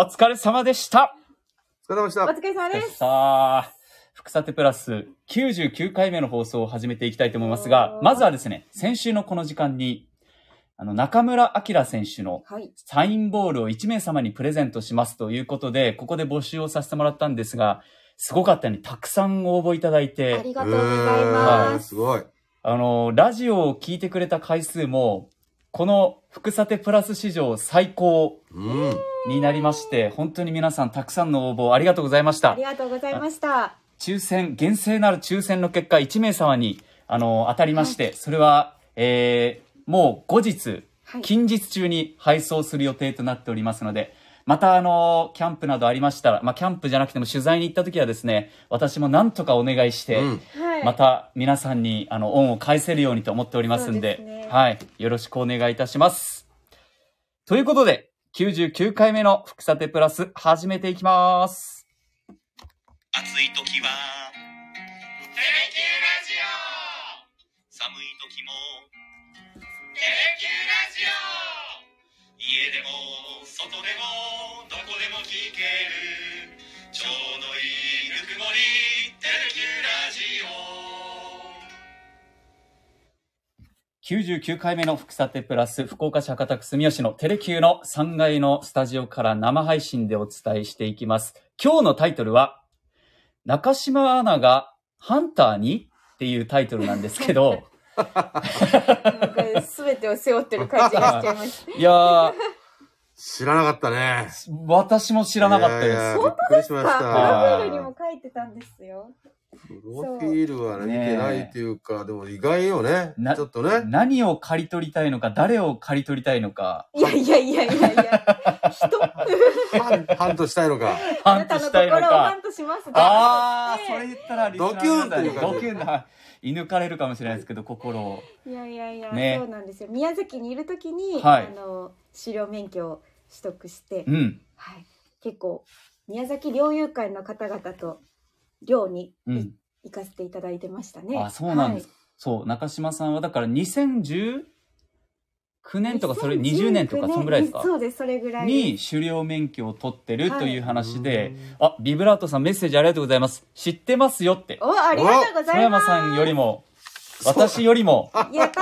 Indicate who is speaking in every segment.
Speaker 1: お疲れ様でした
Speaker 2: お疲れ様でし
Speaker 3: お
Speaker 2: た。
Speaker 3: 疲れ様です。
Speaker 1: さあ、福さてプラス99回目の放送を始めていきたいと思いますが、まずはですね、先週のこの時間に、あの、中村晃選手の
Speaker 3: はい。
Speaker 1: サインボールを1名様にプレゼントしますということで、ここで募集をさせてもらったんですが、すごかったようにたくさん応募いただい
Speaker 3: あ
Speaker 1: て、
Speaker 3: りがとうございま
Speaker 2: えー
Speaker 3: す。
Speaker 2: すごい。
Speaker 1: あの、ラジオを聞いてくれた回数も、この福さてプラス史上最高
Speaker 2: うん。
Speaker 1: になりまして、本当に皆さんたくさんの応募ありがとうございました
Speaker 3: あり。がとうございました。
Speaker 1: 抽選、厳正なる抽選の結果、1名様に、あの、当たりまして、それは、えーもう後日、
Speaker 3: はい。
Speaker 1: 近日中に配送する予定となっておりますので、また、あの、キャンプなどありましたら、まあ、キャンプじゃなくても取材に行った時はですね、私もなんとかお願いして、
Speaker 2: うん。
Speaker 3: はい
Speaker 1: また皆さんに、あの、恩を返せるようにと思っておりますんで、
Speaker 3: そうですね
Speaker 1: はい、よろしくお願いいたします。ということで、99回目の福さてプラス、始めていきます。
Speaker 4: 暑い時は「テレキューラジオ」寒い時も「テレキューラジオ」家でも外でもどこでも聞けるちょうどいいぬくもり「テレキューラジオ」
Speaker 1: 99回目の福さてプラス福岡市博多区住吉のテレキューの3階のスタジオから生配信でお伝えしていきます。今日のタイトルは、中島アナがハンターにっていうタイトルなんですけど、
Speaker 3: すべてを背負ってる感じがしちゃいました。
Speaker 1: いやー、
Speaker 2: 知らなかったね。
Speaker 1: 私も知らなかった
Speaker 2: いやいや
Speaker 1: で
Speaker 2: びっくりしました。
Speaker 3: プロフィールにも書いてたんですよ。
Speaker 2: プロフィールはね、見
Speaker 1: ねえ
Speaker 2: てないっていうか、でも意外よね。
Speaker 1: な
Speaker 2: ちょっと
Speaker 1: す。
Speaker 2: ね。
Speaker 1: 何を刈り取りたいのか、誰を刈り取りたいのか、
Speaker 3: いやいやいやいやいや。人
Speaker 2: ハン、ハンとしたいのか。
Speaker 3: あ
Speaker 1: ハ
Speaker 3: な
Speaker 1: ンと
Speaker 3: たの
Speaker 1: し
Speaker 3: 心
Speaker 1: たい
Speaker 3: を
Speaker 1: の
Speaker 3: ハ
Speaker 1: か
Speaker 3: ン。とします。
Speaker 1: あー、それ言ったらリスナーの方に
Speaker 2: ド
Speaker 1: ド
Speaker 2: キ
Speaker 1: キュ
Speaker 2: ュン
Speaker 1: ン
Speaker 2: という
Speaker 1: だ。 射抜かれるかもしれないですけど、心を。
Speaker 3: いやいやいや、
Speaker 1: ね
Speaker 3: そうなんですよ。宮崎にいるときに、
Speaker 1: はい
Speaker 3: あの狩猟免許を取得して、
Speaker 1: うん。
Speaker 3: はい、結構宮崎猟友会の方々と猟にい
Speaker 1: うん。
Speaker 3: 行かせていただいてましたね。
Speaker 1: あそうなんですそう、中島さんはだから2019
Speaker 3: はい。
Speaker 1: 年とかそれ20年とか
Speaker 3: 2019
Speaker 1: そんぐらいですか
Speaker 3: そうです、それぐらいです。
Speaker 1: に狩猟免許を取ってるという話で、
Speaker 2: うん。
Speaker 1: あ、ビブラートさんメッセージありがとうございます。知ってますよって。
Speaker 3: お、ありがとうご
Speaker 1: 曽
Speaker 3: ざいま
Speaker 1: 山
Speaker 3: す。
Speaker 1: さんよりも、私よりも、
Speaker 3: やった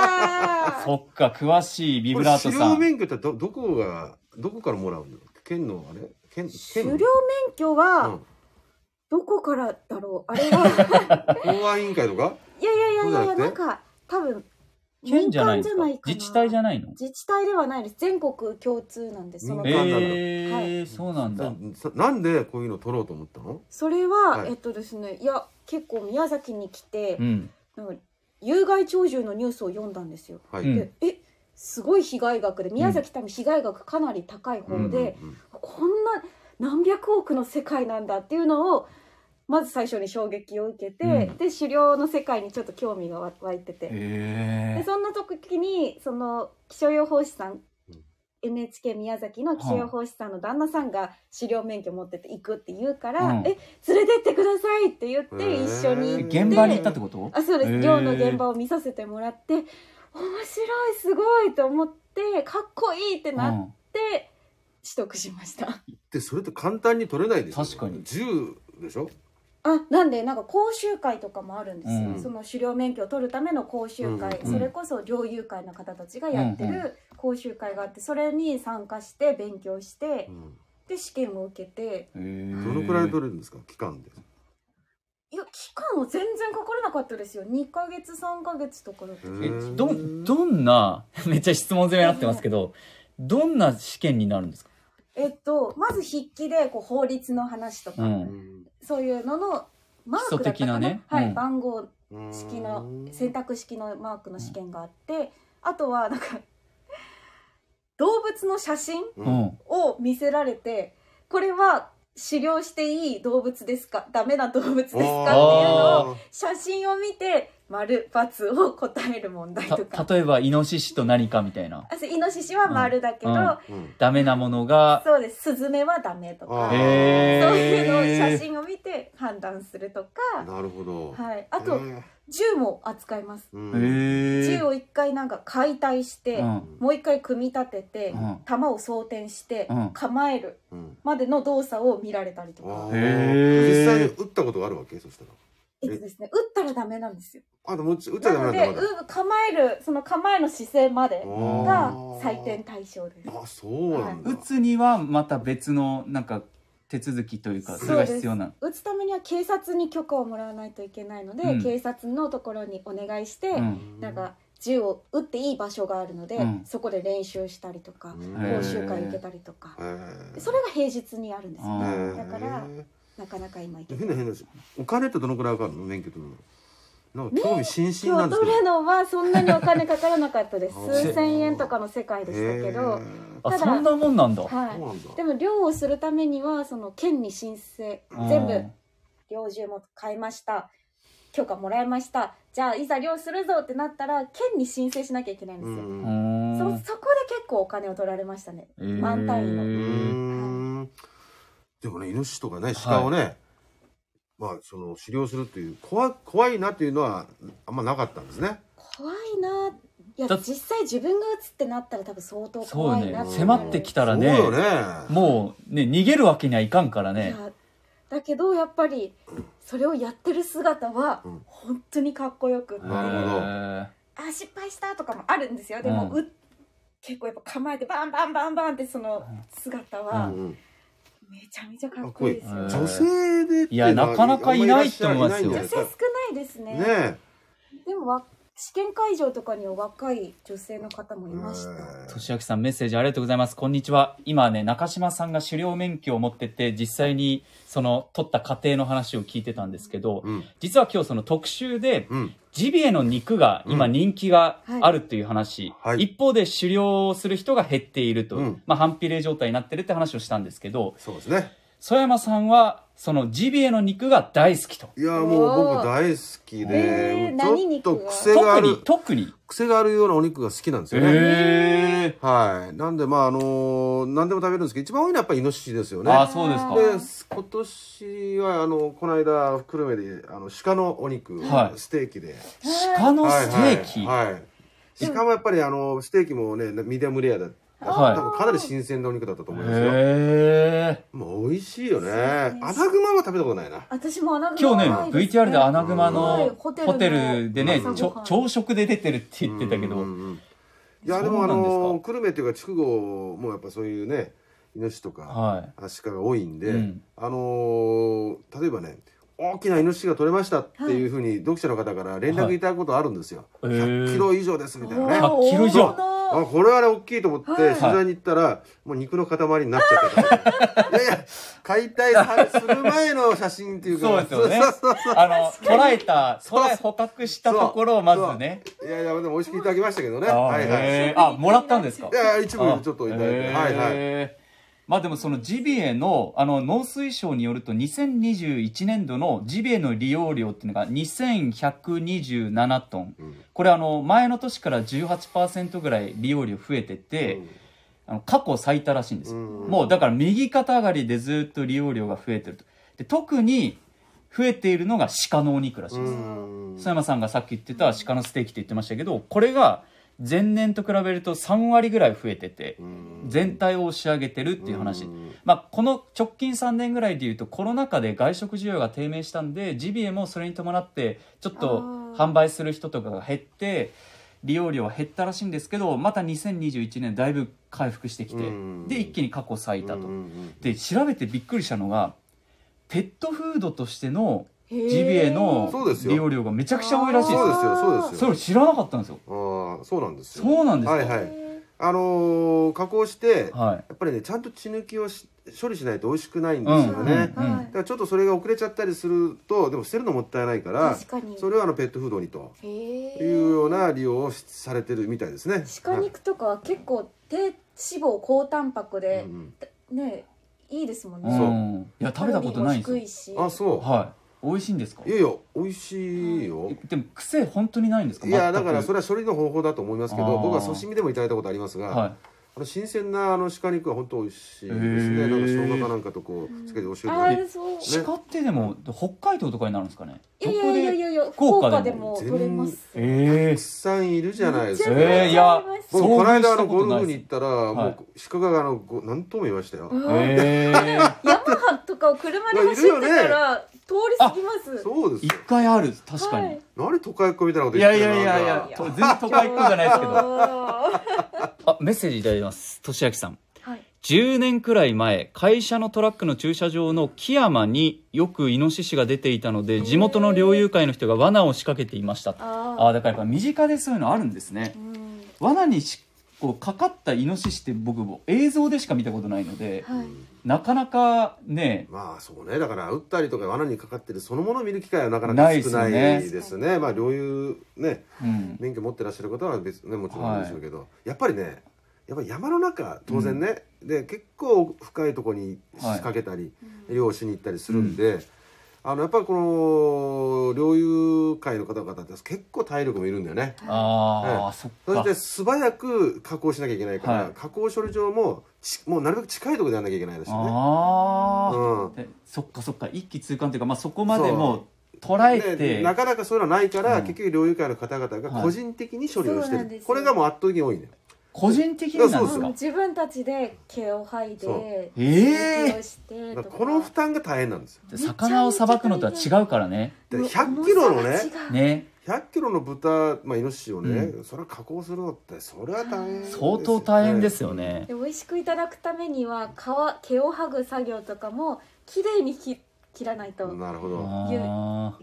Speaker 3: ー。
Speaker 1: そっか、詳しいビ
Speaker 2: こ
Speaker 1: ブ
Speaker 2: れ
Speaker 1: ラート
Speaker 2: 狩
Speaker 1: さ
Speaker 2: 猟
Speaker 1: ん。
Speaker 2: 免許ってど、どこが、どこからもらうんだろう県の、あれ県、県
Speaker 3: 狩猟
Speaker 2: の
Speaker 3: 免許はどこからだろう、あれは
Speaker 2: うん。公安委員会 とか
Speaker 3: いやいやいやいやい
Speaker 2: そ
Speaker 3: や
Speaker 2: うだ
Speaker 3: な
Speaker 2: っ
Speaker 3: ん
Speaker 2: て
Speaker 3: か多分
Speaker 1: 県じゃないん
Speaker 3: 民間
Speaker 1: で
Speaker 3: じ
Speaker 1: す
Speaker 3: ゃ
Speaker 1: か
Speaker 3: な
Speaker 1: 自治体
Speaker 3: いかな
Speaker 1: じゃないの
Speaker 3: 自治体ではないです全国共通なんですその
Speaker 2: 民間なんだ
Speaker 1: えー、そうなんだ。
Speaker 2: さなんでこういうの取ろうと思ったの
Speaker 3: それは、
Speaker 2: はい
Speaker 3: えっとですねいや結構宮崎に来て
Speaker 1: う、ん。
Speaker 3: なんか有害鳥獣のニュースを読んだんですよ、
Speaker 2: はい。
Speaker 1: うん
Speaker 3: でえすごい被害額で宮崎多分被害額かなり高い方で、
Speaker 2: うんうん
Speaker 3: こんな何百億の世界なんだっていうのをまず最初に衝撃を受けて、
Speaker 1: うん
Speaker 3: で狩猟の世界にちょっと興味がわ湧いてて、
Speaker 1: え
Speaker 3: でそんな時にその気象予報士さん
Speaker 2: うん
Speaker 3: NHK 宮崎の気象予報士さんの旦那さんが狩猟免許持ってて行くって言うから
Speaker 1: う
Speaker 3: 「
Speaker 1: ん
Speaker 3: え連れてってください」って言って
Speaker 2: へー
Speaker 3: 一緒に行って
Speaker 1: ー。現場に行ったってこと
Speaker 3: あそうで
Speaker 1: へー
Speaker 3: す寮の現場を見させてもらって面白いすごいと思ってかっこいいってなっ
Speaker 1: ん。
Speaker 3: て取得しました。
Speaker 2: で、それって簡単に取れないでしょ
Speaker 1: 確かに
Speaker 2: 銃でしょ
Speaker 3: あなんでなんか講習会とかもあるんですよ、
Speaker 1: うん
Speaker 3: その狩猟免許を取るための講習会、
Speaker 2: うん
Speaker 3: それこそ猟友会の方たちがやって
Speaker 1: うんう
Speaker 3: る講習会があってそれに参加して勉強して
Speaker 2: うん
Speaker 3: で試験を受けて
Speaker 1: えー
Speaker 2: どのくらい取れるんですか期間で。
Speaker 3: いや期間は全然かからなかったですよ2ヶ月3ヶ月とかだった、
Speaker 2: へー
Speaker 1: えどどんな めっちゃ質問攻めになってますけどどんな試験になるんですか、
Speaker 3: えっとまず筆記でこう法律の話とか、
Speaker 1: うん、
Speaker 3: そういうののマークだったかな
Speaker 1: 基礎的なね
Speaker 3: はい
Speaker 1: うん
Speaker 3: 番号式
Speaker 2: 式
Speaker 3: の選択式のマークの試験があってあとはなんか動物の写真
Speaker 1: うん、
Speaker 3: を見せられてこれは狩猟していい動物ですかダメな動物ですかっていうのを
Speaker 1: あ
Speaker 3: 写真を見て丸×を答える問題と
Speaker 1: た
Speaker 3: か
Speaker 1: 例えばイノシシと何かみたいな
Speaker 3: あそうイノシシは丸だけど、
Speaker 1: うんうん
Speaker 2: うん。
Speaker 1: ダメなものが
Speaker 3: そうですスズメはダメと
Speaker 2: あー
Speaker 3: かそう
Speaker 1: へー
Speaker 3: いうのを写真を見て判断するとか、
Speaker 2: なるほど。
Speaker 3: はい、あ
Speaker 2: え
Speaker 3: と
Speaker 2: ー
Speaker 3: 銃も扱います
Speaker 2: うん。
Speaker 3: 銃
Speaker 1: へ
Speaker 3: を一回なんか解体して、
Speaker 1: うん
Speaker 3: もう一回組み立てて、
Speaker 1: うん
Speaker 3: 弾を装填して、
Speaker 1: うん
Speaker 3: 構える
Speaker 2: うん。
Speaker 3: までの動作を見られたりと
Speaker 2: あ
Speaker 3: か
Speaker 2: ー
Speaker 1: へー
Speaker 2: 実際に撃ったことがあるわけそしたら。
Speaker 3: えっとですね打ったらダメなんですよ
Speaker 2: あ、でも撃ち撃っちゃダ
Speaker 3: なの
Speaker 2: メ
Speaker 3: で
Speaker 2: なんだまだ。
Speaker 3: う構えるその構えの姿勢まで
Speaker 1: ー
Speaker 3: が採点対象です
Speaker 2: あ、そうなんだ。
Speaker 1: 打つにはまた別のなんか手続きというかそれが必要な
Speaker 3: 打つためには警察に許可をもらわないといけないので、
Speaker 1: うん
Speaker 3: 警察のところにお願いして、
Speaker 1: う
Speaker 2: うんん
Speaker 3: なんか銃を撃っていい場所があるので、
Speaker 1: うん
Speaker 3: そこで練習したりとか
Speaker 2: うん
Speaker 3: 講習会受けたりとか
Speaker 2: へー
Speaker 3: それが平日にあるんですよ
Speaker 1: あー
Speaker 3: だから
Speaker 2: へ
Speaker 3: なかなか今行け
Speaker 2: ー
Speaker 3: て
Speaker 2: 変
Speaker 3: な
Speaker 2: ない変なお金ってどのくらいかかるの免許取るのなんか興味津
Speaker 3: 今
Speaker 2: 々な
Speaker 3: 日
Speaker 2: んですけ
Speaker 3: 取
Speaker 2: ど
Speaker 3: るのはそんなにお金かからなかったです
Speaker 2: あー
Speaker 3: 数千円とかの世界でしたけど
Speaker 2: へ、ー
Speaker 1: あ
Speaker 3: ただ
Speaker 1: そんなもんなんだ、
Speaker 2: そう
Speaker 3: は
Speaker 2: なんだ
Speaker 3: い、でも漁をするためにはその県に申請
Speaker 1: うん
Speaker 3: 全部猟銃も買いました許可もらいましたじゃあいざ漁するぞってなったら県に申請しなきゃいけないんですよ、
Speaker 1: う
Speaker 2: う
Speaker 1: ーん
Speaker 3: そそこで結構お金を取られましたね
Speaker 1: へー
Speaker 3: 満タンの
Speaker 2: んでもねイノシシとかね鹿をね、まあその狩猟するっていう怖怖いなっていうのはあんまなかったんですね
Speaker 3: 怖いないや
Speaker 1: だ
Speaker 3: 実際自分が撃つってなったら多分相当
Speaker 1: そう
Speaker 3: 怖い
Speaker 1: ね
Speaker 3: な
Speaker 1: 迫ってきたらね
Speaker 2: そうよね
Speaker 1: もうね逃げるわけにはいかんから
Speaker 3: い
Speaker 1: ね
Speaker 3: やだけどやっぱりそれをやってる姿は
Speaker 2: うん
Speaker 3: 本当にかっこよくって、
Speaker 2: なるほど
Speaker 1: へー
Speaker 3: あ失敗したとかもあるんですよでも、
Speaker 1: う
Speaker 3: う結構やっぱ構えてバンバンバンバンってその姿は
Speaker 2: うん
Speaker 3: めちゃめちゃかっこいいですよ、
Speaker 1: かっこいいうん
Speaker 2: 女性でってうのは
Speaker 1: や
Speaker 2: い
Speaker 1: なかなかいないと思いますよ
Speaker 2: あん
Speaker 3: 女
Speaker 2: り
Speaker 3: 性少ないですね
Speaker 2: いらっしゃらないんじゃないですかね
Speaker 3: でもわ試験会場とかには若い女性の方も
Speaker 2: え
Speaker 3: いました、
Speaker 1: 俊明さんメッセージありがとうございますこんにちは今ね中島さんが狩猟免許を持ってて実際にその取った過程の話を聞いてたんですけど
Speaker 2: うん
Speaker 1: 実は今日その特集で
Speaker 2: うん
Speaker 1: ジビエの肉が今
Speaker 2: うん
Speaker 1: 人気が
Speaker 3: はい
Speaker 1: あるという話、
Speaker 2: はい
Speaker 1: 一方で狩猟をする人が減っていると、
Speaker 2: うん
Speaker 1: まあ、反比例状態になってるって話をしたんですけど
Speaker 2: そうですね
Speaker 1: 曽山さんはそのジビエの肉が大好きと
Speaker 2: いやもう
Speaker 3: おー
Speaker 2: 僕大好きで
Speaker 3: え
Speaker 2: も
Speaker 3: ー
Speaker 2: う
Speaker 3: 何
Speaker 2: ちょっ
Speaker 3: 肉が
Speaker 2: と癖があ
Speaker 1: 特に
Speaker 2: る
Speaker 1: 特に
Speaker 2: 癖があるようなお肉が好きなんですよね、
Speaker 1: え
Speaker 2: はい。なんで、まあ、あのー何でも食べるんですけど、一番多いのはやっぱりイノシシですよね。
Speaker 1: ああそうですか
Speaker 3: ー
Speaker 2: で、今年は、あの、この間、久留米で、あの、鹿のお肉、
Speaker 1: はい
Speaker 2: ステーキで。
Speaker 1: 鹿の
Speaker 2: はい
Speaker 1: ステーキ、
Speaker 2: はい。はい
Speaker 3: でも
Speaker 2: 鹿はやっぱり、あの、ステーキもね、ミディアムレアだっ
Speaker 1: は
Speaker 2: た。
Speaker 1: い
Speaker 2: 多分かなり新鮮なお肉だったと思いますよ。
Speaker 1: へえ
Speaker 2: もう美味しいよね。
Speaker 3: そうですね
Speaker 2: アナグマは食べたことないな。
Speaker 3: 私も穴
Speaker 1: 今
Speaker 3: 熊
Speaker 1: 日
Speaker 3: はな
Speaker 1: ね
Speaker 3: いす
Speaker 1: VTR でアナグマ
Speaker 3: はい
Speaker 1: の
Speaker 3: ホテル
Speaker 1: ホ
Speaker 3: の
Speaker 1: テルでね
Speaker 3: 朝ごはん
Speaker 1: ちょ朝食で出てるって言ってたけ
Speaker 2: うん
Speaker 1: ど
Speaker 2: うんうんいや、でも、
Speaker 1: そう
Speaker 2: あ
Speaker 1: なんですか
Speaker 2: のー久留米というか、筑後もやっぱそういうね、イノシシとか、
Speaker 1: は
Speaker 2: 鹿が多いんで、
Speaker 1: うん
Speaker 2: あのー例えばね大きなイノシシが取れましたっていうふうに読者の方から連絡いただくことあるんですよ、
Speaker 1: い
Speaker 2: 100キロ以上ですみたいなね、
Speaker 1: あ100キロ以上
Speaker 2: あこれはね大きいと思って
Speaker 3: は
Speaker 2: 取
Speaker 3: い
Speaker 2: 材に行ったら、もう肉の塊になっちゃって たいやいや解体さする前の写真っていうか
Speaker 1: そうですよね
Speaker 2: そうそうそう
Speaker 1: あの捉えた捉え捕獲したところをまずね
Speaker 2: いやいやでも美味しくいただきましたけどね
Speaker 1: あ,、
Speaker 2: はいはいい
Speaker 1: へーあもらったんですか
Speaker 2: や一部ちょっといただいて、はいはい
Speaker 1: いまあでもそのジビエのあの農水省によると2021年度のジビエの利用量っていうのが2127トン
Speaker 2: うん
Speaker 1: これあの前の年から18%ぐらい利用量増えてて、あの過去最多らしいんですよ、
Speaker 2: うん
Speaker 1: もうだから右肩上がりでずっと利用量が増えてるとで特に増えているのが鹿のお肉らしいんです、
Speaker 2: うん
Speaker 1: 曽山さんがさっき言ってた鹿のステーキって言ってましたけどこれが前年と比べると3割ぐらい増えてて
Speaker 2: うん
Speaker 1: 全体を押し上げてるっていう話、
Speaker 2: うん
Speaker 1: まあ、この直近3年ぐらいでいうとコロナ禍で外食需要が低迷したんでジビエもそれに伴ってちょっと
Speaker 3: あー
Speaker 1: 販売する人とかが減って利用量は減ったらしいんですけどまた2021年だいぶ回復してきて
Speaker 2: うん
Speaker 1: で一気に過去最多と
Speaker 2: うん。うん
Speaker 1: で調べてびっくりしたのがペットフードとしての
Speaker 3: ジ
Speaker 1: ジビエの
Speaker 2: そうですよ
Speaker 1: 利用量がめちゃくちゃ多いらしいです
Speaker 2: そうです
Speaker 1: よ
Speaker 2: よそうです
Speaker 1: そ
Speaker 2: よ
Speaker 1: れ知らなかったんですよ
Speaker 2: ああそうなんですよ
Speaker 1: そうなんですか
Speaker 2: はいはいあのー加工してや
Speaker 1: はい
Speaker 2: っぱりねちゃんと血抜きをし処理しないと美味しくないんですよね、
Speaker 1: うんうん
Speaker 2: だからちょっとそれが遅れちゃったりするとでも捨てるのもったいないから
Speaker 3: 確かに
Speaker 2: それをあのペットフードにと
Speaker 3: へ
Speaker 2: いう
Speaker 3: ー
Speaker 2: ような利用をしされてるみたいですね
Speaker 3: 鹿肉とかは結構低脂肪高タンパク
Speaker 2: はい
Speaker 3: で
Speaker 2: うん
Speaker 3: ねいいですもん
Speaker 1: う
Speaker 3: ね
Speaker 1: んいや食べたことないんです
Speaker 3: カロ
Speaker 1: よ
Speaker 3: リーも低いし
Speaker 2: うんあそう
Speaker 1: はい美味しいんですか
Speaker 2: いやいや美味しいよ
Speaker 1: えでも癖本当にないんですか
Speaker 2: いやだからそ
Speaker 1: れ
Speaker 2: れは処理の方法だと思いますけ
Speaker 1: あ
Speaker 2: ど
Speaker 1: ー
Speaker 2: 僕は刺身でもいただいたことありますが、
Speaker 1: は
Speaker 2: あの新鮮なあの鹿肉は本当美味しいです
Speaker 1: へー
Speaker 2: ねなんか生姜かなんかとこうつけてお塩
Speaker 3: あ
Speaker 2: で
Speaker 3: ーそう
Speaker 1: い鹿ってでも北海道とかになるんですかね
Speaker 3: いやいやい
Speaker 1: どこ
Speaker 3: やい
Speaker 1: で
Speaker 3: やいや
Speaker 1: 福
Speaker 3: 福
Speaker 1: 岡
Speaker 3: 岡
Speaker 1: で
Speaker 3: で
Speaker 1: も
Speaker 3: も取れます
Speaker 1: ええ
Speaker 2: たくさんいるじゃないですか、
Speaker 1: ええいや
Speaker 2: 僕この間あのゴルフに行
Speaker 1: に
Speaker 2: ったら
Speaker 1: い
Speaker 2: もう鹿があのご何頭もいましたよ、
Speaker 3: うん
Speaker 1: ええ
Speaker 3: ヤマハとかを車で走ってたら通り過ぎます
Speaker 2: そうです
Speaker 1: 一
Speaker 2: よ
Speaker 1: 回ある確かに、
Speaker 3: はいい、
Speaker 2: 何都会っ子みたいなこと
Speaker 1: い
Speaker 2: 言っ
Speaker 1: や
Speaker 2: て
Speaker 1: い
Speaker 2: る
Speaker 1: やいやい
Speaker 2: な
Speaker 1: や
Speaker 2: んか
Speaker 1: と全然都会っ子じゃないですけど
Speaker 3: あ
Speaker 1: あメッセージいただきますとしあきさん
Speaker 3: ーはい
Speaker 1: 10年くらい前会社のトラックの駐車場の木山によくイノシシが出ていたので地元の猟友会の人が罠を仕掛けていましたあ
Speaker 3: あ
Speaker 1: ーだからやっぱ身近でそういうのあるんですね
Speaker 3: ーうん
Speaker 1: 罠にしこうかかったイノシシって僕も映像でしか見たことないので
Speaker 3: はい
Speaker 1: なかなかね
Speaker 2: まあそうねだから打ったりとか罠にかかってるそのものを見る機会はなかな
Speaker 1: な
Speaker 2: か
Speaker 1: いです
Speaker 2: 少
Speaker 1: よ
Speaker 2: ない
Speaker 1: ね
Speaker 2: ですねまあ領有ね
Speaker 1: うん
Speaker 2: 免許持ってらっしゃる方は別ねもちろんいいでしょうけど、やっぱりねやっぱり山の中当然ね、で結構深いところに仕掛けたり、漁をしに行ったりするんで、あのやっぱりこの猟友会の方々って結構体力もいるんだよね。
Speaker 1: ああそ
Speaker 2: そ
Speaker 1: っ
Speaker 2: れ
Speaker 1: か
Speaker 2: で素早く加工しなきゃいけないから、
Speaker 1: はい
Speaker 2: 加工処理場もちもうなるべく近いところでやんなきゃいけないですよね。
Speaker 1: ああ
Speaker 2: うん
Speaker 1: でそっかそっか一気通貫というか、まあ、そこまでもう捉え
Speaker 2: で
Speaker 1: て
Speaker 2: なかなかそういうのはないから、
Speaker 1: うん
Speaker 2: 結局猟友会の方々が個人的に処理をして
Speaker 3: はいそうな
Speaker 2: る、
Speaker 3: んですよ
Speaker 2: これがもう圧倒的に多いね
Speaker 1: 個人的になん
Speaker 2: そ
Speaker 1: で
Speaker 2: う
Speaker 1: す
Speaker 2: よ
Speaker 1: か
Speaker 3: 自分たちで毛を剥い
Speaker 2: そう
Speaker 3: で
Speaker 1: えー
Speaker 3: 刺激をして
Speaker 2: だ
Speaker 3: と
Speaker 2: か
Speaker 3: から
Speaker 2: この負担が大変なんですよ
Speaker 1: で魚をさばくのとは違うからね
Speaker 2: で100キロのね
Speaker 3: ね
Speaker 1: ね
Speaker 2: 100キロの豚、まあ、イノシシをね、それは加工するのってそれは大変ですよね
Speaker 1: 相当大変ですよね
Speaker 3: で美味しくいただくためには皮毛を剥ぐ作業とかも綺麗にき切らないと
Speaker 2: なるほど
Speaker 1: あ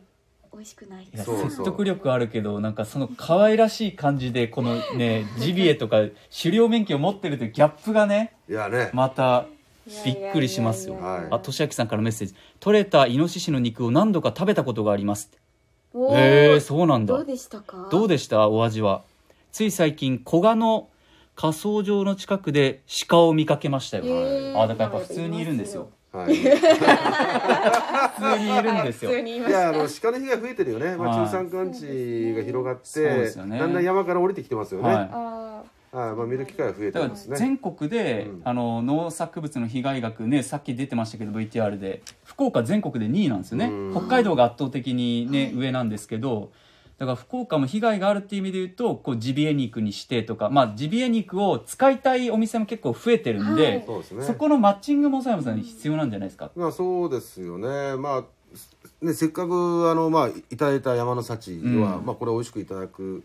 Speaker 3: 美味しくない
Speaker 1: ーいや
Speaker 2: そうそう
Speaker 1: 説得力あるけどなんかその可愛らしい感じでこのねジビエとか狩猟免許を持ってるというギャップがね
Speaker 2: いやね、
Speaker 1: また
Speaker 3: いやい
Speaker 1: び
Speaker 3: やいやいや
Speaker 1: っくりしますよ
Speaker 2: はい
Speaker 1: あとしあきさんからメッセージ「取れたイノシシの肉を何度か食べたことがあります」
Speaker 3: おー
Speaker 1: へえそうなんだ
Speaker 3: どうでしたか
Speaker 1: どうでしたお味はつい最近古賀の火葬場の近くで鹿を見かけましたよ、
Speaker 3: へー
Speaker 1: あだからやっぱ普通にいるんですよ
Speaker 2: はい、い
Speaker 1: 普通にいるんですよ
Speaker 3: はい普通にいました
Speaker 2: やあの鹿の被害増えてるよね、ま
Speaker 1: は
Speaker 2: あ、
Speaker 1: い
Speaker 2: 中山間地が広がっ
Speaker 1: そうで
Speaker 2: て、
Speaker 1: すよね
Speaker 2: だんだん山から降りてきてますよね、
Speaker 1: はい
Speaker 3: あ
Speaker 2: はいまあ、見る機会が増えて
Speaker 1: だか
Speaker 2: ま
Speaker 1: ら
Speaker 2: すね
Speaker 1: 全国で、
Speaker 2: うん
Speaker 1: あの農作物の被害額ねさっき出てましたけど VTR で福岡全国で2位なんですよね
Speaker 2: うん
Speaker 1: 北海道が圧倒的にね、
Speaker 3: はい
Speaker 1: 上なんですけどだから福岡も被害があるっていう意味で言うとこうジビエ肉にしてとかまあジビエ肉を使いたいお店も結構増えてるんで、
Speaker 2: そうですね
Speaker 1: そこのマッチングも佐山さんに必要なんじゃないですか、
Speaker 2: まあそうですよね。まあねせっかくあのまあいただいた山の幸は、
Speaker 1: うん
Speaker 2: まあこれ美味しくいただく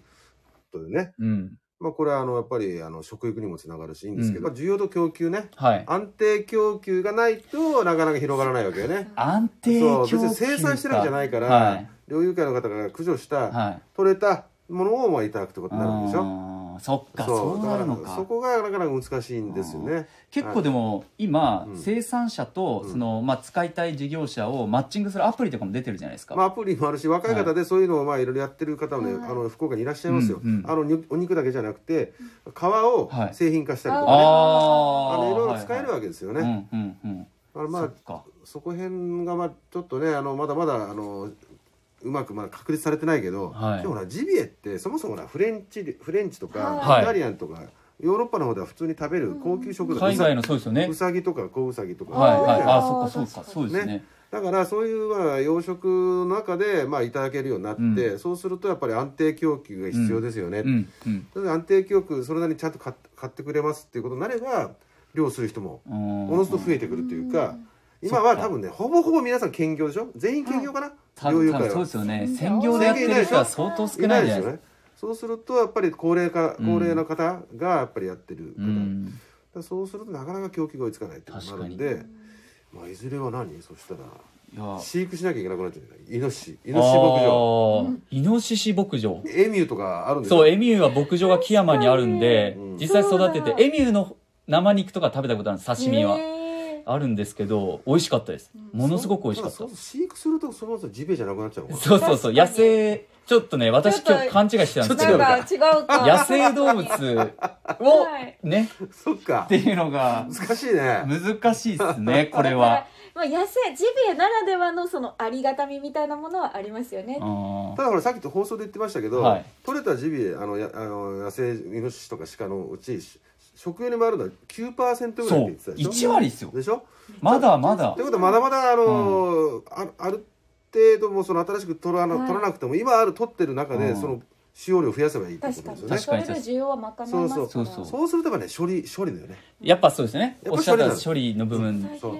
Speaker 2: というね。
Speaker 1: うん
Speaker 2: まあこれはあのやっぱりあの食育にもつながるしいいんですけど、
Speaker 1: う
Speaker 2: 需要と供給ね。
Speaker 1: はい
Speaker 2: 安定供給がないとなかなか広がらないわけよね。
Speaker 1: 安定
Speaker 2: そ
Speaker 1: 供
Speaker 2: う
Speaker 1: 給
Speaker 2: 別に生産してるわけじゃないから、
Speaker 1: はい
Speaker 2: 猟友会の方が駆除した、
Speaker 1: はい
Speaker 2: 取れたものをまあいただくってことになるんでしょ。
Speaker 1: あーそっかそうなるの
Speaker 2: だ
Speaker 1: から
Speaker 2: そこがなかなか難しいんですよね。
Speaker 1: 結構でも今、
Speaker 2: うん
Speaker 1: 生産者と
Speaker 2: うん
Speaker 1: その、まあ、使いたい事業者をマッチングするアプリとかも出てるじゃないですか、
Speaker 2: まあ、アプリもあるし若い方でそういうのをまあいろいろやってる方もね、
Speaker 3: はい
Speaker 2: あの福岡にいらっしゃいますよ、
Speaker 1: うんうん
Speaker 2: あのにお肉だけじゃなくて皮を
Speaker 1: はい
Speaker 2: 製品化したりとかね、
Speaker 1: あ
Speaker 2: あ
Speaker 1: ー
Speaker 2: のいろいろ使えるわけですよね、
Speaker 1: はいはいうんうん
Speaker 2: あの
Speaker 1: うん
Speaker 2: ま
Speaker 1: そ
Speaker 2: あ
Speaker 1: っか
Speaker 2: そこへんがまあちょっとねあのまだまだあのうまくまあ確立されてないけど、
Speaker 1: はい
Speaker 2: でもなジビエってそもそもなフレンチフレンチとか、
Speaker 1: はい
Speaker 2: イタリアンとかヨーロッパの方では普通に食べる高級食材、
Speaker 1: 海外のそうですよね
Speaker 2: うさぎとか子うさぎとか、
Speaker 1: はいはいあ
Speaker 3: あー
Speaker 1: そっかそうかそうですね
Speaker 2: だからそういうまあ養殖の中でまあいただけるようになって、
Speaker 1: うん
Speaker 2: そうするとやっぱり安定供給が必要ですよね、
Speaker 1: うんうん
Speaker 2: それで安定供給それなりにちゃんと買っ買ってくれますっていうことになれば漁する人も
Speaker 1: うん
Speaker 2: おのずと増えてくるというか、今
Speaker 1: そっ
Speaker 2: は
Speaker 1: か
Speaker 2: 多分ねほぼほぼ皆さん兼業でしょ全員兼業かな、
Speaker 1: た
Speaker 2: 猟友
Speaker 1: 多分
Speaker 2: 会
Speaker 1: そう
Speaker 2: は
Speaker 1: ですよね専業でやってる人は相当少
Speaker 2: い
Speaker 1: な
Speaker 2: ないい
Speaker 1: んじ
Speaker 2: で
Speaker 1: ゃ
Speaker 2: す
Speaker 1: ない
Speaker 2: よ
Speaker 1: ですか
Speaker 2: ねそうするとやっぱり高齢化
Speaker 1: うん
Speaker 2: 高齢の方がやっぱりやってる
Speaker 1: う
Speaker 2: 方、だか
Speaker 1: ん
Speaker 2: らそうするとなかなか供給が追いつかないってことになるんで、まあ、いずれは何そしたら
Speaker 1: いや
Speaker 2: 飼育しなきゃいけなくなっちゃうじゃないイノシシイ
Speaker 1: イ
Speaker 2: ノシシ牧場
Speaker 1: イノシシ牧場
Speaker 2: エミューとかあるんです
Speaker 1: そうエミューは牧場が木山にあるんで
Speaker 2: うん
Speaker 1: 実際育て
Speaker 3: そう
Speaker 1: て
Speaker 3: だ
Speaker 1: エミューの生肉とか食べたことあるんです刺身は
Speaker 3: ねえ
Speaker 1: あるんですけど美味しかったです
Speaker 3: うん
Speaker 1: ものすごく美味しかった
Speaker 2: そうそう飼育するとそもそもジビエじゃなくなっちゃうもん
Speaker 1: そうそうそう野
Speaker 3: 確かに
Speaker 1: 生ちょっとね私
Speaker 3: ちょっ
Speaker 1: 今
Speaker 3: と
Speaker 1: 日勘違いしてたんですけ
Speaker 3: な
Speaker 1: ど
Speaker 3: んか違うか
Speaker 1: 野生動物を
Speaker 3: はい
Speaker 1: ね
Speaker 2: そっか
Speaker 1: っていうのが
Speaker 2: 難しいね
Speaker 1: 難しいですねこれは
Speaker 3: まあ、野生ジビエならではのそのありがたみみたいなものはありますよね。
Speaker 1: あ
Speaker 2: ただほらさっきと放送で言ってましたけど、
Speaker 1: はい
Speaker 2: 取れたジビエあのやあの野生イノシシとか鹿のうちし食用に回るのは9%ぐらいって
Speaker 1: ー
Speaker 2: 言
Speaker 1: そ
Speaker 2: っ
Speaker 1: う
Speaker 2: てたでしょ
Speaker 1: 1割ですよ
Speaker 2: でしょ
Speaker 1: まだまだ
Speaker 2: ということはまだまだあの、あある程度もその新しく取らな
Speaker 3: はい
Speaker 2: 取らなくても今ある取ってる中で
Speaker 1: うん
Speaker 2: その使用量増やせばいいってこ
Speaker 3: 確
Speaker 2: と
Speaker 3: かに。
Speaker 2: ですよね
Speaker 1: 確かに
Speaker 3: それで需要は賄えますから。
Speaker 1: そうそう
Speaker 2: そうするとやっぱね処理処理だよね
Speaker 1: やっぱそうですよね
Speaker 2: やっ
Speaker 1: お
Speaker 2: ぱ
Speaker 1: っしゃっ
Speaker 2: 処
Speaker 1: た
Speaker 2: 理なの
Speaker 1: 処理の部分
Speaker 3: 大変
Speaker 2: そう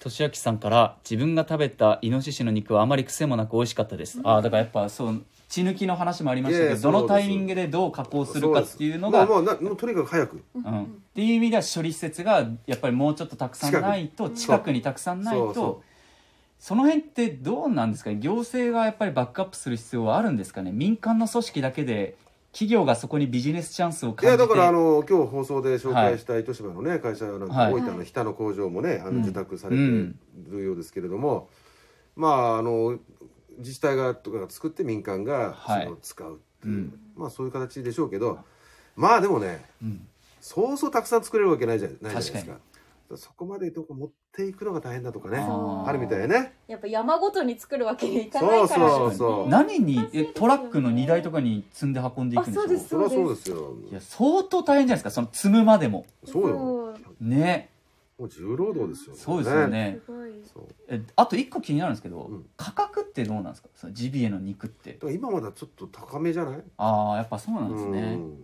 Speaker 1: 俊明さんから自分が食べたイノシシの肉はあまり癖もなく美味しかったです、ああだからやっぱそう血抜きの話もありましたけ
Speaker 2: い
Speaker 1: ど
Speaker 2: やいや
Speaker 1: どの
Speaker 2: そう
Speaker 1: タ
Speaker 2: です
Speaker 1: イミングでどう加工する
Speaker 2: そ
Speaker 1: か
Speaker 2: で
Speaker 1: っていうのが
Speaker 2: もうもうなもうとにかく早く
Speaker 3: うん
Speaker 1: うんっていう意味では処理施設がやっぱりもうちょっとたくさんないと
Speaker 3: 近く
Speaker 1: 近くにたくさんない
Speaker 2: そうそ
Speaker 1: とその辺ってどうなんですか行政がやっぱりバックアップする必要はあるんですかね民間の組織だけで企業がそこにビジネスチャンスを
Speaker 2: い
Speaker 1: 感
Speaker 2: や
Speaker 1: じて
Speaker 2: だからあの今日放送で紹介した糸島のね会社なんか
Speaker 1: はい
Speaker 2: 大分の日田の工場もねあ
Speaker 1: うん
Speaker 2: の受託されてるようですけれども、まああの自治体がとかが作って民間がそ
Speaker 1: はい
Speaker 2: れを使うっていう、
Speaker 1: うん
Speaker 2: まあそういう形でしょうけどまあでもね
Speaker 1: うん
Speaker 2: そうそうたくさん作れるわけないじゃないないじゃない
Speaker 1: 確
Speaker 2: ですか。そこまでどこ持っていくのが大変だとかね
Speaker 3: そう
Speaker 1: ー
Speaker 2: あるみたいね
Speaker 3: やっぱ山ごとに作るわけにいかないから。
Speaker 2: そうそう
Speaker 1: 何にえトラックの荷台とかに積んで運んでいくんでしょ
Speaker 3: あそうです
Speaker 2: そりゃそうですよ
Speaker 1: いや相当大変じゃないですかその積むまでも
Speaker 2: そうよ
Speaker 1: ね
Speaker 2: もう重労働ですよ
Speaker 1: そうですよね
Speaker 3: すごい。
Speaker 2: そう
Speaker 1: えあと一個気になるんですけど、
Speaker 2: うん
Speaker 1: 価格ってどうなんですかそのジビエの肉って
Speaker 2: だから今まだちょっと高めじゃない
Speaker 1: ああやっぱそうなんですね、
Speaker 2: うん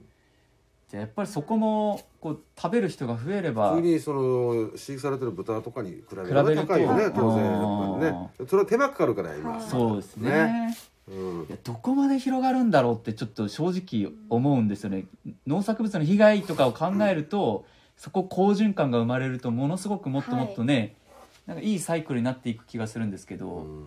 Speaker 1: じゃあやっぱりそこもこう食べる人が増えれば
Speaker 2: 普通にその飼育されてる豚とかに比べ
Speaker 1: 比
Speaker 2: れば
Speaker 1: べると
Speaker 2: 高いよね当然
Speaker 1: あー
Speaker 2: やっぱりねそれは手間かかるから今
Speaker 3: はい
Speaker 1: そうですね
Speaker 2: うん
Speaker 1: いやどこまで広がるんだろうってちょっと正直思うんですよね農作物の被害とかを考えると、そこ好循環が生まれるとものすごくもっともっとね、なんかいいサイクルになっていく気がするんですけど、
Speaker 2: うん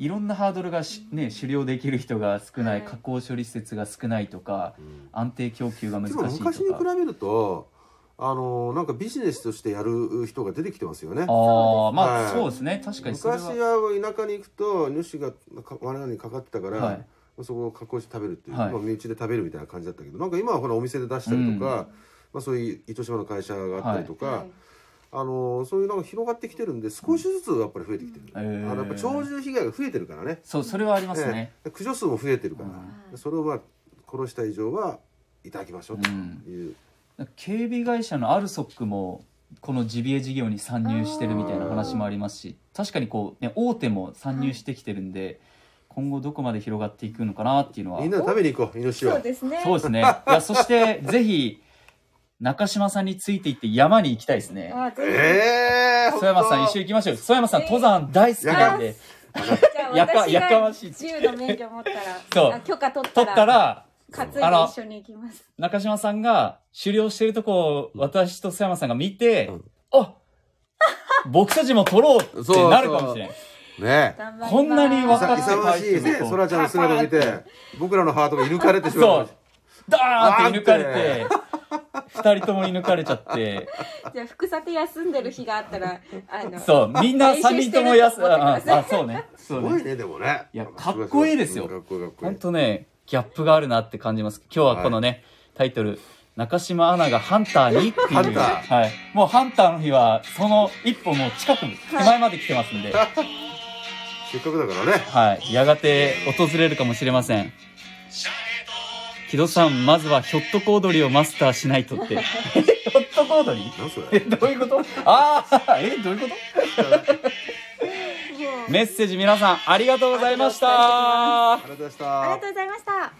Speaker 1: いろんなハードルがし、ね、狩猟できる人が少ない、
Speaker 3: はい
Speaker 1: 加工処理施設が少ないとか
Speaker 2: うん
Speaker 1: 安定供給が難し
Speaker 2: で
Speaker 1: いと
Speaker 2: も
Speaker 1: か
Speaker 2: 昔に比べるとあのなんかビジネスとしてやる人が出てきてますよね
Speaker 1: ああまあ、
Speaker 2: はい
Speaker 1: そうですね確かに
Speaker 2: 昔
Speaker 1: それは
Speaker 2: は田舎に行くと主がか罠にかかってたから、
Speaker 1: はい
Speaker 2: そこを加工して食べるっていう、
Speaker 1: はい
Speaker 2: まあ、身内で食べるみたいな感じだったけどなんか今はほらお店で出したりとか、まあ、そういう糸島の会社があったりとか、
Speaker 3: はい
Speaker 2: あのそういうのが広がってきてるんで少しずつやっぱり増えてきてる、
Speaker 1: へー
Speaker 2: あのやっぱ鳥獣被害が増えてるからね
Speaker 1: そうそれはありますね、
Speaker 2: ええ駆除数も増えてるから、
Speaker 3: うん
Speaker 2: それをまあ殺した以上はいただきましょうと
Speaker 1: うん
Speaker 2: いう、
Speaker 1: 警備会社のアルソックもこのジビエ事業に参入してるみたいな話もありますし確かにこう、ね、大手も参入してきてるんで、今後どこまで広がっていくのかなっていうのは
Speaker 2: みんなで食べに行こうイノシシ
Speaker 3: そ
Speaker 2: は
Speaker 3: うですね。
Speaker 1: そうですねいやそしてぜひ中島さんについていって山に行きたいですね
Speaker 3: あ、ぜ
Speaker 2: ええ
Speaker 1: 曽山さん一緒に行きましょうよ曽山さん登山大好きなんで
Speaker 3: ひ。じゃあ
Speaker 1: やか
Speaker 3: 私
Speaker 1: やかま
Speaker 3: が
Speaker 1: しい
Speaker 3: 銃の免許持ったら、
Speaker 1: そう
Speaker 3: あ許可取っ
Speaker 1: 取
Speaker 3: た
Speaker 1: っ
Speaker 3: ら、
Speaker 1: たら
Speaker 3: 担いで
Speaker 1: あの
Speaker 3: 一緒に行きます。
Speaker 1: 中島さんが狩猟してるとこを私と曽山さんが見て、
Speaker 2: うん
Speaker 1: あ僕たちも取ろうってなるかもしれない
Speaker 2: ねえ
Speaker 3: 頑張ります
Speaker 1: こんなに分
Speaker 2: さ
Speaker 1: かって
Speaker 2: 勇ましいね
Speaker 1: そう
Speaker 2: そらちゃんの姿を見て僕らのハートが射抜かれてしまう
Speaker 1: そうダーンって射抜かれ
Speaker 2: わー
Speaker 1: て二人とも射抜かれちゃって
Speaker 3: じゃあ副作休んでる日があったら、あの、
Speaker 1: そうみんな三人ともやすああそうねそ
Speaker 2: す
Speaker 1: う
Speaker 2: ご
Speaker 1: ね
Speaker 2: いねでもね
Speaker 1: いやかっこいいですよ
Speaker 2: うんかっこいいかっこい
Speaker 1: 本
Speaker 2: い
Speaker 1: 当ねギャップがあるなって感じます今日はこのね、タイトル中島アナがハンターにっていう
Speaker 2: ハンター
Speaker 1: はい、もうハンターの日はその一歩もう近く手前まで来てますんで、
Speaker 2: せっかくだからね
Speaker 1: はい、やがて訪れるかもしれません
Speaker 4: シャレと
Speaker 1: 木戸さんまずはひょっとこ踊りをマスターしないとってひ ょっとこ踊り
Speaker 2: 何それ
Speaker 1: えどういうことああえどういうこと
Speaker 3: もう
Speaker 1: メッセージ皆さんありがとうございました。
Speaker 2: ありがとうございまし
Speaker 3: あり
Speaker 2: た
Speaker 3: がとうございました。